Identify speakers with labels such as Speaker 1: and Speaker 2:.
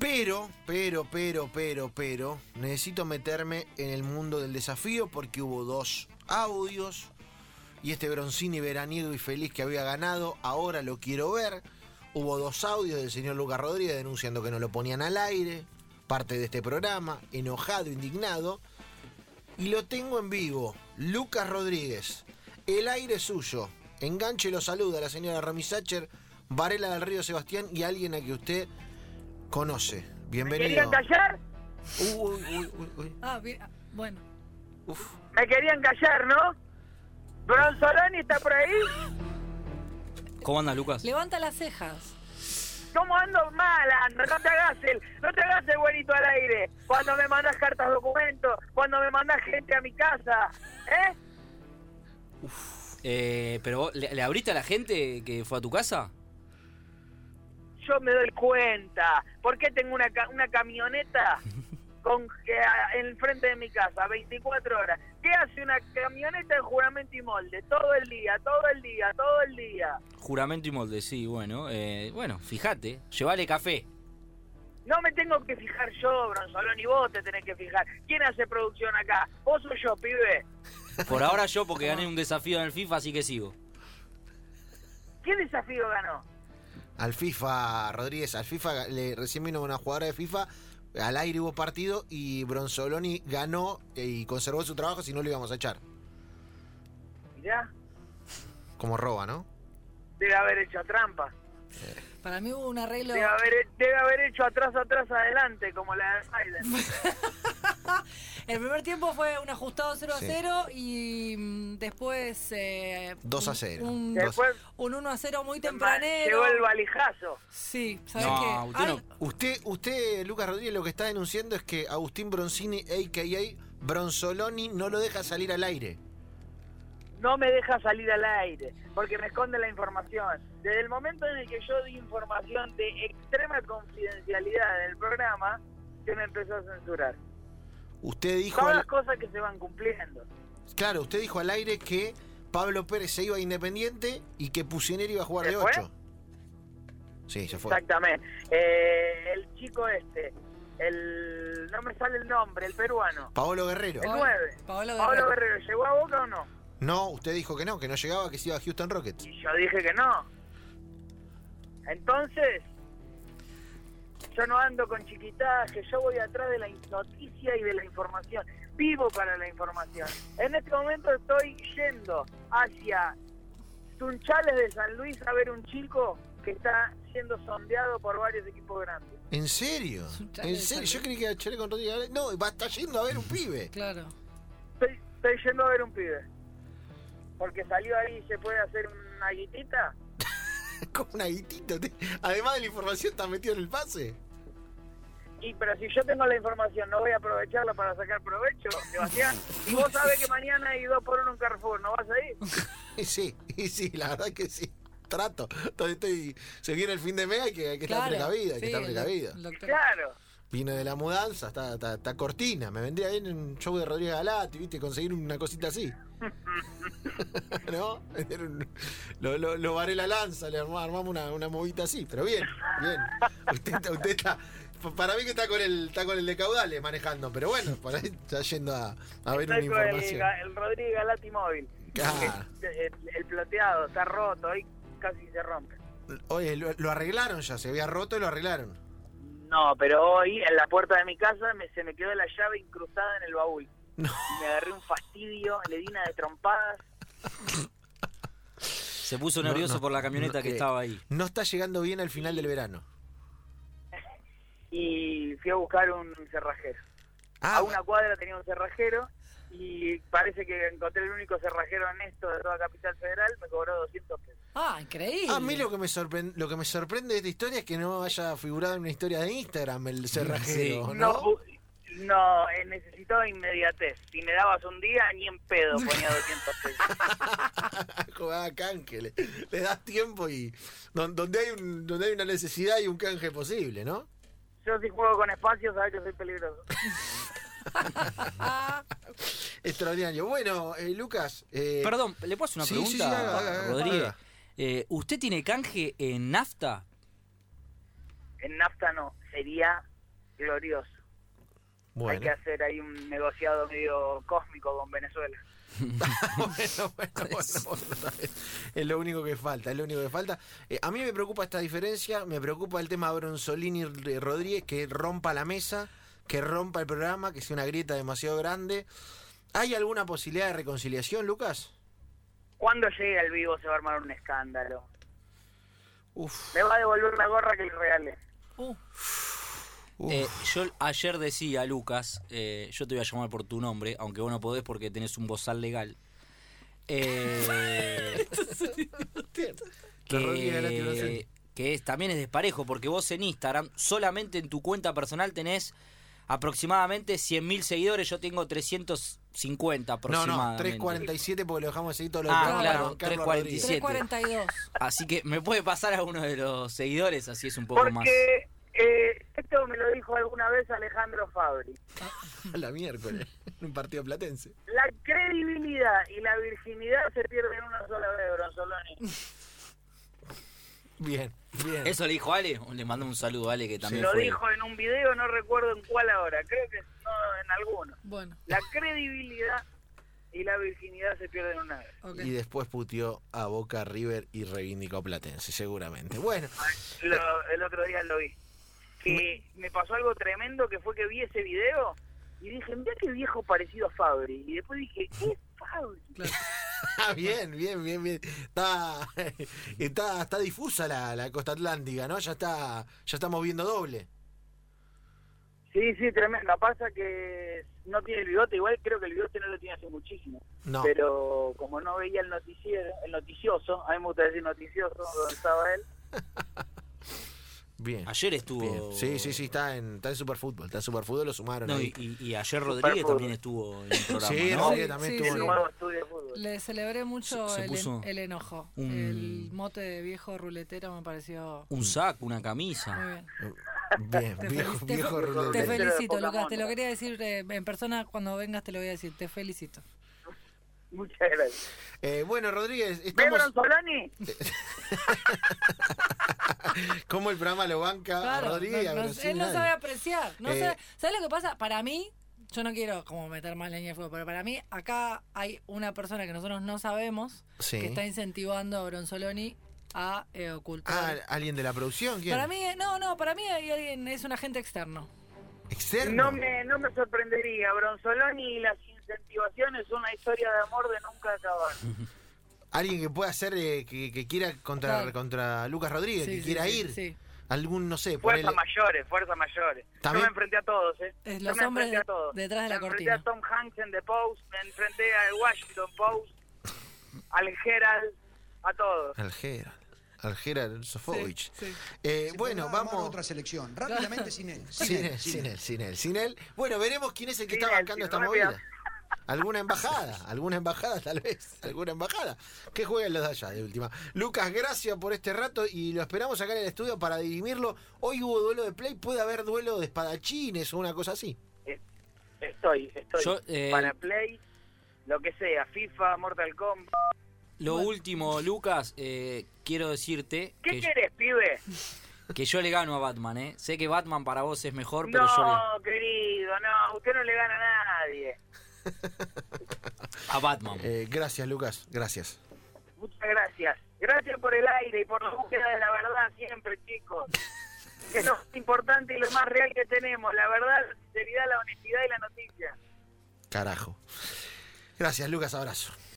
Speaker 1: Pero, pero, pero, pero, pero, necesito meterme en el mundo del desafío porque hubo dos audios y este broncini veraniego y feliz que había ganado, ahora lo quiero ver. Hubo dos audios del señor Lucas Rodríguez denunciando que no lo ponían al aire, parte de este programa, enojado, indignado. Y lo tengo en vivo, Lucas Rodríguez, el aire es suyo. Enganche y lo saluda la señora Rami Sacher, Varela del Río Sebastián y alguien a que usted conoce.
Speaker 2: ¿Me
Speaker 1: Bienvenido.
Speaker 2: querían callar?
Speaker 1: Uy, uy, uy, uy.
Speaker 3: Ah, bien, ah, bueno.
Speaker 1: Uf.
Speaker 2: ¿Me querían callar, no? ¿Bronzolani está por ahí?
Speaker 4: ¿Cómo anda, Lucas?
Speaker 3: Levanta las cejas.
Speaker 2: ¿Cómo ando mal? Ando, no te hagas el, no te hagas el buenito al aire. Cuando me mandas cartas documentos, cuando me mandas gente a mi casa, ¿eh?
Speaker 4: Eh, pero vos, ¿le, le abriste a la gente que fue a tu casa?
Speaker 2: Yo me doy cuenta. ¿Por qué tengo una, ca- una camioneta con que a- enfrente de mi casa, 24 horas? ¿Qué hace una camioneta en juramento y molde? Todo el día, todo el día, todo el día.
Speaker 4: Juramento y molde, sí, bueno. eh, bueno, fíjate, llévale café.
Speaker 2: No me tengo que fijar yo, Bronzolón, y vos te tenés que fijar. ¿Quién hace producción acá? ¿Vos o yo, pibe?
Speaker 4: Por ahora yo, porque gané un desafío en el FIFA, así que sigo.
Speaker 2: ¿Qué desafío ganó?
Speaker 1: Al FIFA, Rodríguez, al FIFA, le, recién vino una jugadora de FIFA, al aire hubo partido y Bronzoloni ganó e, y conservó su trabajo, si no lo íbamos a echar.
Speaker 2: Mirá,
Speaker 1: Como roba, ¿no?
Speaker 2: debe haber hecho trampa.
Speaker 3: Para mí hubo un arreglo.
Speaker 2: Debe haber, debe haber hecho atrás, atrás, adelante, como la de Biden.
Speaker 3: El primer tiempo fue un ajustado 0 a
Speaker 1: Sí.
Speaker 3: 0 y mm, después. eh,
Speaker 1: 2 a
Speaker 3: un-
Speaker 1: 0.
Speaker 3: Un,
Speaker 1: Dos.
Speaker 2: Después
Speaker 3: un 1 a 0 muy
Speaker 2: llegó
Speaker 3: tempranero.
Speaker 2: el valijazo.
Speaker 3: Sí, ¿sabes
Speaker 4: No,
Speaker 3: qué? Ah,
Speaker 4: usted no.
Speaker 3: Al-
Speaker 1: Usted, usted, Lucas Rodríguez, lo que está denunciando es que Agustín Bronzini, a.k.a. Bronzoloni, no lo deja salir al aire.
Speaker 2: No me deja salir al aire, porque me esconde la información. Desde el momento en el que yo di información de extrema confidencialidad en el programa, se me empezó a censurar.
Speaker 1: Usted dijo,
Speaker 2: Todas
Speaker 1: al-
Speaker 2: las cosas que se van cumpliendo.
Speaker 1: claro, usted dijo al aire que Pablo Pérez se iba a Independiente y que Pusineri iba a jugar
Speaker 2: ¿Se
Speaker 1: de
Speaker 2: fue?
Speaker 1: 8. Sí, se fue.
Speaker 2: Exactamente. Eh, el chico este, el no me sale el nombre, el peruano.
Speaker 1: Paolo Guerrero.
Speaker 2: El
Speaker 3: Paolo-
Speaker 2: 9.
Speaker 3: Paolo
Speaker 2: Pablo
Speaker 3: Guerrero.
Speaker 2: Guerrero, ¿llegó a Boca o no?
Speaker 1: No, usted dijo que no, que no llegaba, que se iba a Houston Rockets.
Speaker 2: Y yo dije que no. Entonces, yo no ando con chiquitaje, yo voy atrás de la in- noticia y de la información. Vivo para la información. En este momento estoy yendo hacia Sunchales de San Luis a ver un chico que está siendo sondeado por varios equipos grandes.
Speaker 1: ¿En serio?
Speaker 3: Es un chale
Speaker 1: ¿En
Speaker 3: de
Speaker 1: serio? Yo
Speaker 3: salud.
Speaker 1: creí que era chale con Rodríguez. No, va, está yendo a ver un pibe.
Speaker 3: Claro.
Speaker 2: Estoy, estoy yendo a ver un pibe. Porque salió ahí y se puede hacer una guitita.
Speaker 1: Como una guitita. te- Además de la información, está metido en el pase.
Speaker 2: Y pero si yo tengo la información, no voy a aprovecharla para sacar provecho, Sebastián. Y vos sabés que mañana hay dos por uno en Carrefour, ¿no vas a ir?
Speaker 1: Y sí, y sí, la verdad que sí. Trato. Entonces estoy, se viene el fin de mes, hay que, hay que estar
Speaker 3: claro.
Speaker 1: precavida, hay que
Speaker 3: Sí,
Speaker 1: estar
Speaker 3: el
Speaker 1: precavida.
Speaker 3: doc- el doctor.
Speaker 2: Claro.
Speaker 1: Vino de la mudanza, está, está, está cortina. Me vendría bien un show de Rodríguez Galati, viste, conseguir una cosita así. ¿No? Era un- Lo, lo, lo varé la lanza, le armamos, armamos una, una movita así, pero bien, bien. Usted, está- usted está. Para mí que está con el, está con el de caudales manejando, pero bueno, por ahí está yendo a, a ver una
Speaker 2: Estoy con el,
Speaker 1: información. Ah.
Speaker 2: Ga- el Rodríguez Galati móvil. Este,
Speaker 1: Claro.
Speaker 2: El, el plateado está roto, hoy casi se rompe.
Speaker 1: Oye, lo, lo arreglaron ya, se había roto y lo arreglaron.
Speaker 2: No, pero hoy en la puerta de mi casa me, se me quedó la llave incrustada en el baúl.
Speaker 1: No.
Speaker 2: Y me agarré un fastidio, le di una de trompadas.
Speaker 4: Se puso
Speaker 1: No,
Speaker 4: nervioso
Speaker 1: no,
Speaker 4: por la camioneta
Speaker 1: no,
Speaker 4: que
Speaker 1: eh,
Speaker 4: estaba ahí.
Speaker 1: No está llegando bien al final del verano.
Speaker 2: y fui a buscar un cerrajero.
Speaker 1: Ah,
Speaker 2: a una cuadra tenía un cerrajero y parece que encontré el único cerrajero honesto de toda Capital Federal, me cobró 200 pesos.
Speaker 3: Ah, increíble.
Speaker 1: A mí lo que me sorprende, lo que me sorprende de esta historia es que no haya figurado en una historia de Instagram el cerrajero,
Speaker 4: Sí.
Speaker 1: ¿no?
Speaker 2: pu- no, eh, necesitaba inmediatez. Si me dabas un día, ni en pedo ponía 200 pesos.
Speaker 1: Jugaba canje, le, le das tiempo y don- donde hay un- donde hay una necesidad y un canje posible, ¿no?
Speaker 2: Yo si juego con espacio, sabes que soy peligroso.
Speaker 1: Extraordinario. Bueno, eh, Lucas, eh,
Speaker 4: Perdón, ¿le puedo hacer una
Speaker 1: sí,
Speaker 4: pregunta,
Speaker 1: sí, sí, haga, haga, haga,
Speaker 4: Rodríguez?
Speaker 1: haga.
Speaker 4: Eh, ¿Usted tiene canje en nafta?
Speaker 2: En nafta no, sería glorioso. Hay que
Speaker 1: Bueno.
Speaker 2: hacer ahí un negociado medio cósmico con Venezuela.
Speaker 1: bueno, bueno, bueno, bueno, está bien. Es lo único que falta, es lo único que falta. Eh, a mí me preocupa esta diferencia, me preocupa el tema Bronzolini y Rodríguez, que rompa la mesa, que rompa el programa, que sea una grieta demasiado grande. ¿Hay alguna posibilidad de reconciliación, Lucas?
Speaker 2: Cuando llegue al vivo se va a armar un escándalo.
Speaker 1: Uf,
Speaker 2: Me va a devolver la gorra que le regalé.
Speaker 3: Uh,
Speaker 1: uf.
Speaker 4: Eh, yo ayer decía, Lucas, eh, yo te voy a llamar por tu nombre, aunque vos no podés porque tenés un bozal legal. Eh,
Speaker 1: Te rodillas de la tiración.
Speaker 4: que, que es, también es desparejo, porque vos en Instagram, solamente en tu cuenta personal tenés aproximadamente 100.000 seguidores, yo tengo 350
Speaker 1: no,
Speaker 4: aproximadamente.
Speaker 1: no, 347 porque lo dejamos de seguir todos los
Speaker 4: Ah,
Speaker 1: programas
Speaker 4: claro,
Speaker 1: para bancarlo a
Speaker 4: 347.
Speaker 1: Rodríguez.
Speaker 3: 342.
Speaker 4: Así que me puede pasar a uno de los seguidores, así es un poco más.
Speaker 2: Porque eh, esto me lo dijo alguna vez Alejandro Fabri.
Speaker 1: A la miércoles, en un partido platense.
Speaker 2: La credibilidad y la virginidad se pierden una sola vez, Bronzoloni.
Speaker 1: Bien, bien.
Speaker 4: ¿Eso le dijo Ale? Le mando un saludo a Ale que también
Speaker 2: Lo
Speaker 4: fue.
Speaker 2: dijo en un video, no recuerdo en cuál ahora, creo que no, en alguno.
Speaker 3: Bueno,
Speaker 2: La credibilidad y la virginidad se pierden una vez.
Speaker 3: ok.
Speaker 1: Y después puteó a Boca River y reivindicó a Platense, seguramente. Bueno,
Speaker 2: Lo- el otro día lo vi. Que me pasó algo tremendo que fue que vi ese video y dije, mira qué viejo parecido a Fabri. Y después dije, ¿qué es Fabri?
Speaker 1: Ah, bien, bien, bien, bien. Está, está, está difusa la, la costa atlántica, ¿no? Ya está, ya estamos viendo doble.
Speaker 2: Sí, sí, tremendo. Pasa que no tiene el bigote, igual creo que el bigote no lo tiene hace muchísimo.
Speaker 1: No.
Speaker 2: Pero como no veía el noticiero, el noticioso, a mí me gusta decir noticioso, donde estaba él.
Speaker 1: Bien.
Speaker 4: Ayer estuvo.
Speaker 1: bien. Sí, sí, sí, está en, está en Superfútbol. Está en Superfútbol, lo sumaron
Speaker 4: No,
Speaker 1: ahí.
Speaker 4: y, y- y ayer Rodríguez
Speaker 2: Superfútbol.
Speaker 4: también estuvo en el programa,
Speaker 1: Sí,
Speaker 4: ¿no?
Speaker 1: Rodríguez también
Speaker 3: Sí,
Speaker 1: estuvo
Speaker 2: El
Speaker 1: en-
Speaker 3: sí.
Speaker 2: nuevo estudio de fútbol.
Speaker 3: Le celebré mucho
Speaker 4: Se- se
Speaker 3: el,
Speaker 4: puso
Speaker 3: en- el enojo.
Speaker 4: un-
Speaker 3: El mote de viejo ruletero me pareció
Speaker 4: Un saco, una
Speaker 3: muy
Speaker 2: Ah.
Speaker 4: camisa.
Speaker 3: bien.
Speaker 1: Bien,
Speaker 3: Te
Speaker 1: viejo,
Speaker 3: felicito.
Speaker 1: viejo
Speaker 2: Te
Speaker 3: Te
Speaker 1: rulete.
Speaker 2: felicito.
Speaker 3: felicito,
Speaker 2: Poca
Speaker 3: Lucas. Te lo
Speaker 2: monta.
Speaker 3: quería decir eh, en persona cuando vengas, te lo voy a decir. Te felicito.
Speaker 2: Muchas gracias.
Speaker 1: Eh, bueno, Rodríguez,
Speaker 2: ¿Ve
Speaker 1: estamos
Speaker 2: Bronzoloni?
Speaker 1: como el programa lo banca a
Speaker 3: Claro,
Speaker 1: Rodríguez. y a
Speaker 3: no- no-
Speaker 1: Brasil,
Speaker 3: él no
Speaker 1: nadie.
Speaker 3: sabe apreciar. No
Speaker 1: Eh,
Speaker 3: sabe- ¿Sabes lo que pasa? Para mí, yo no quiero como meter más leña al fuego, pero para mí acá hay una persona que nosotros no sabemos
Speaker 1: Sí.
Speaker 3: que está incentivando a Bronzoloni a eh,
Speaker 1: Ah,
Speaker 3: ocultar.
Speaker 1: alguien de la producción, ¿quién?
Speaker 3: para mí, eh, no, no, para mí hay alguien, es un agente externo.
Speaker 1: Externo.
Speaker 2: No me, no me sorprendería. Bronzoloni y las incentivaciones, una historia de amor de nunca acabar.
Speaker 1: Alguien que pueda hacer, eh, que, que quiera contra,
Speaker 3: Claro.
Speaker 1: contra Lucas Rodríguez,
Speaker 3: Sí,
Speaker 1: que
Speaker 3: sí,
Speaker 1: quiera
Speaker 3: sí,
Speaker 1: ir.
Speaker 3: sí.
Speaker 1: Algún, no sé,
Speaker 2: Fuerza
Speaker 1: ponele-
Speaker 2: mayores, fuerza mayores. Yo
Speaker 1: También-
Speaker 2: me enfrenté a todos, ¿eh?
Speaker 3: Es
Speaker 2: Yo
Speaker 3: los
Speaker 2: me
Speaker 3: hombres
Speaker 2: enfrenté a
Speaker 3: de-
Speaker 2: todos.
Speaker 3: detrás de la
Speaker 2: Me enfrenté a
Speaker 3: cortina.
Speaker 2: Tom Hanks en The Post, me enfrenté al Washington Post, al Herald, a todos.
Speaker 1: Al Gerard. Al Gerard Sofovich.
Speaker 3: Sí, sí.
Speaker 1: Eh,
Speaker 5: Se
Speaker 1: bueno,
Speaker 5: podrá armar
Speaker 1: vamos.
Speaker 5: otra selección, rápidamente sin él. Sin,
Speaker 1: Sin
Speaker 5: él,
Speaker 1: él,
Speaker 5: sin
Speaker 1: sin
Speaker 5: él.
Speaker 1: él, sin él, sin él. Bueno, veremos quién es el que
Speaker 2: Sin
Speaker 1: está
Speaker 2: él,
Speaker 1: bancando
Speaker 2: sin
Speaker 1: esta
Speaker 2: rápida.
Speaker 1: movida. Alguna embajada, alguna embajada tal vez, alguna embajada. Que jueguen los de allá de última. Lucas, gracias por este rato y lo esperamos acá en el estudio para dirimirlo. Hoy hubo duelo de play, puede haber duelo de espadachines o una cosa así.
Speaker 2: Eh, Estoy, estoy.
Speaker 4: Yo, eh,
Speaker 2: Para Play, lo que sea, FIFA, Mortal Kombat.
Speaker 4: Lo último, Lucas, eh, quiero decirte
Speaker 2: ¿Qué
Speaker 4: que,
Speaker 2: querés, pibe?
Speaker 4: que yo le gano a Batman, ¿eh? Sé que Batman para vos es mejor, pero yo le-
Speaker 2: No, querido, no, usted no le gana a nadie.
Speaker 4: a Batman.
Speaker 1: Eh, gracias, Lucas, gracias.
Speaker 2: Muchas gracias. Gracias por el aire y por la búsqueda de la verdad siempre, chicos. Que es lo más importante y lo más real que tenemos, la verdad, la sinceridad, la honestidad y la noticia.
Speaker 1: Carajo. Gracias, Lucas, abrazo.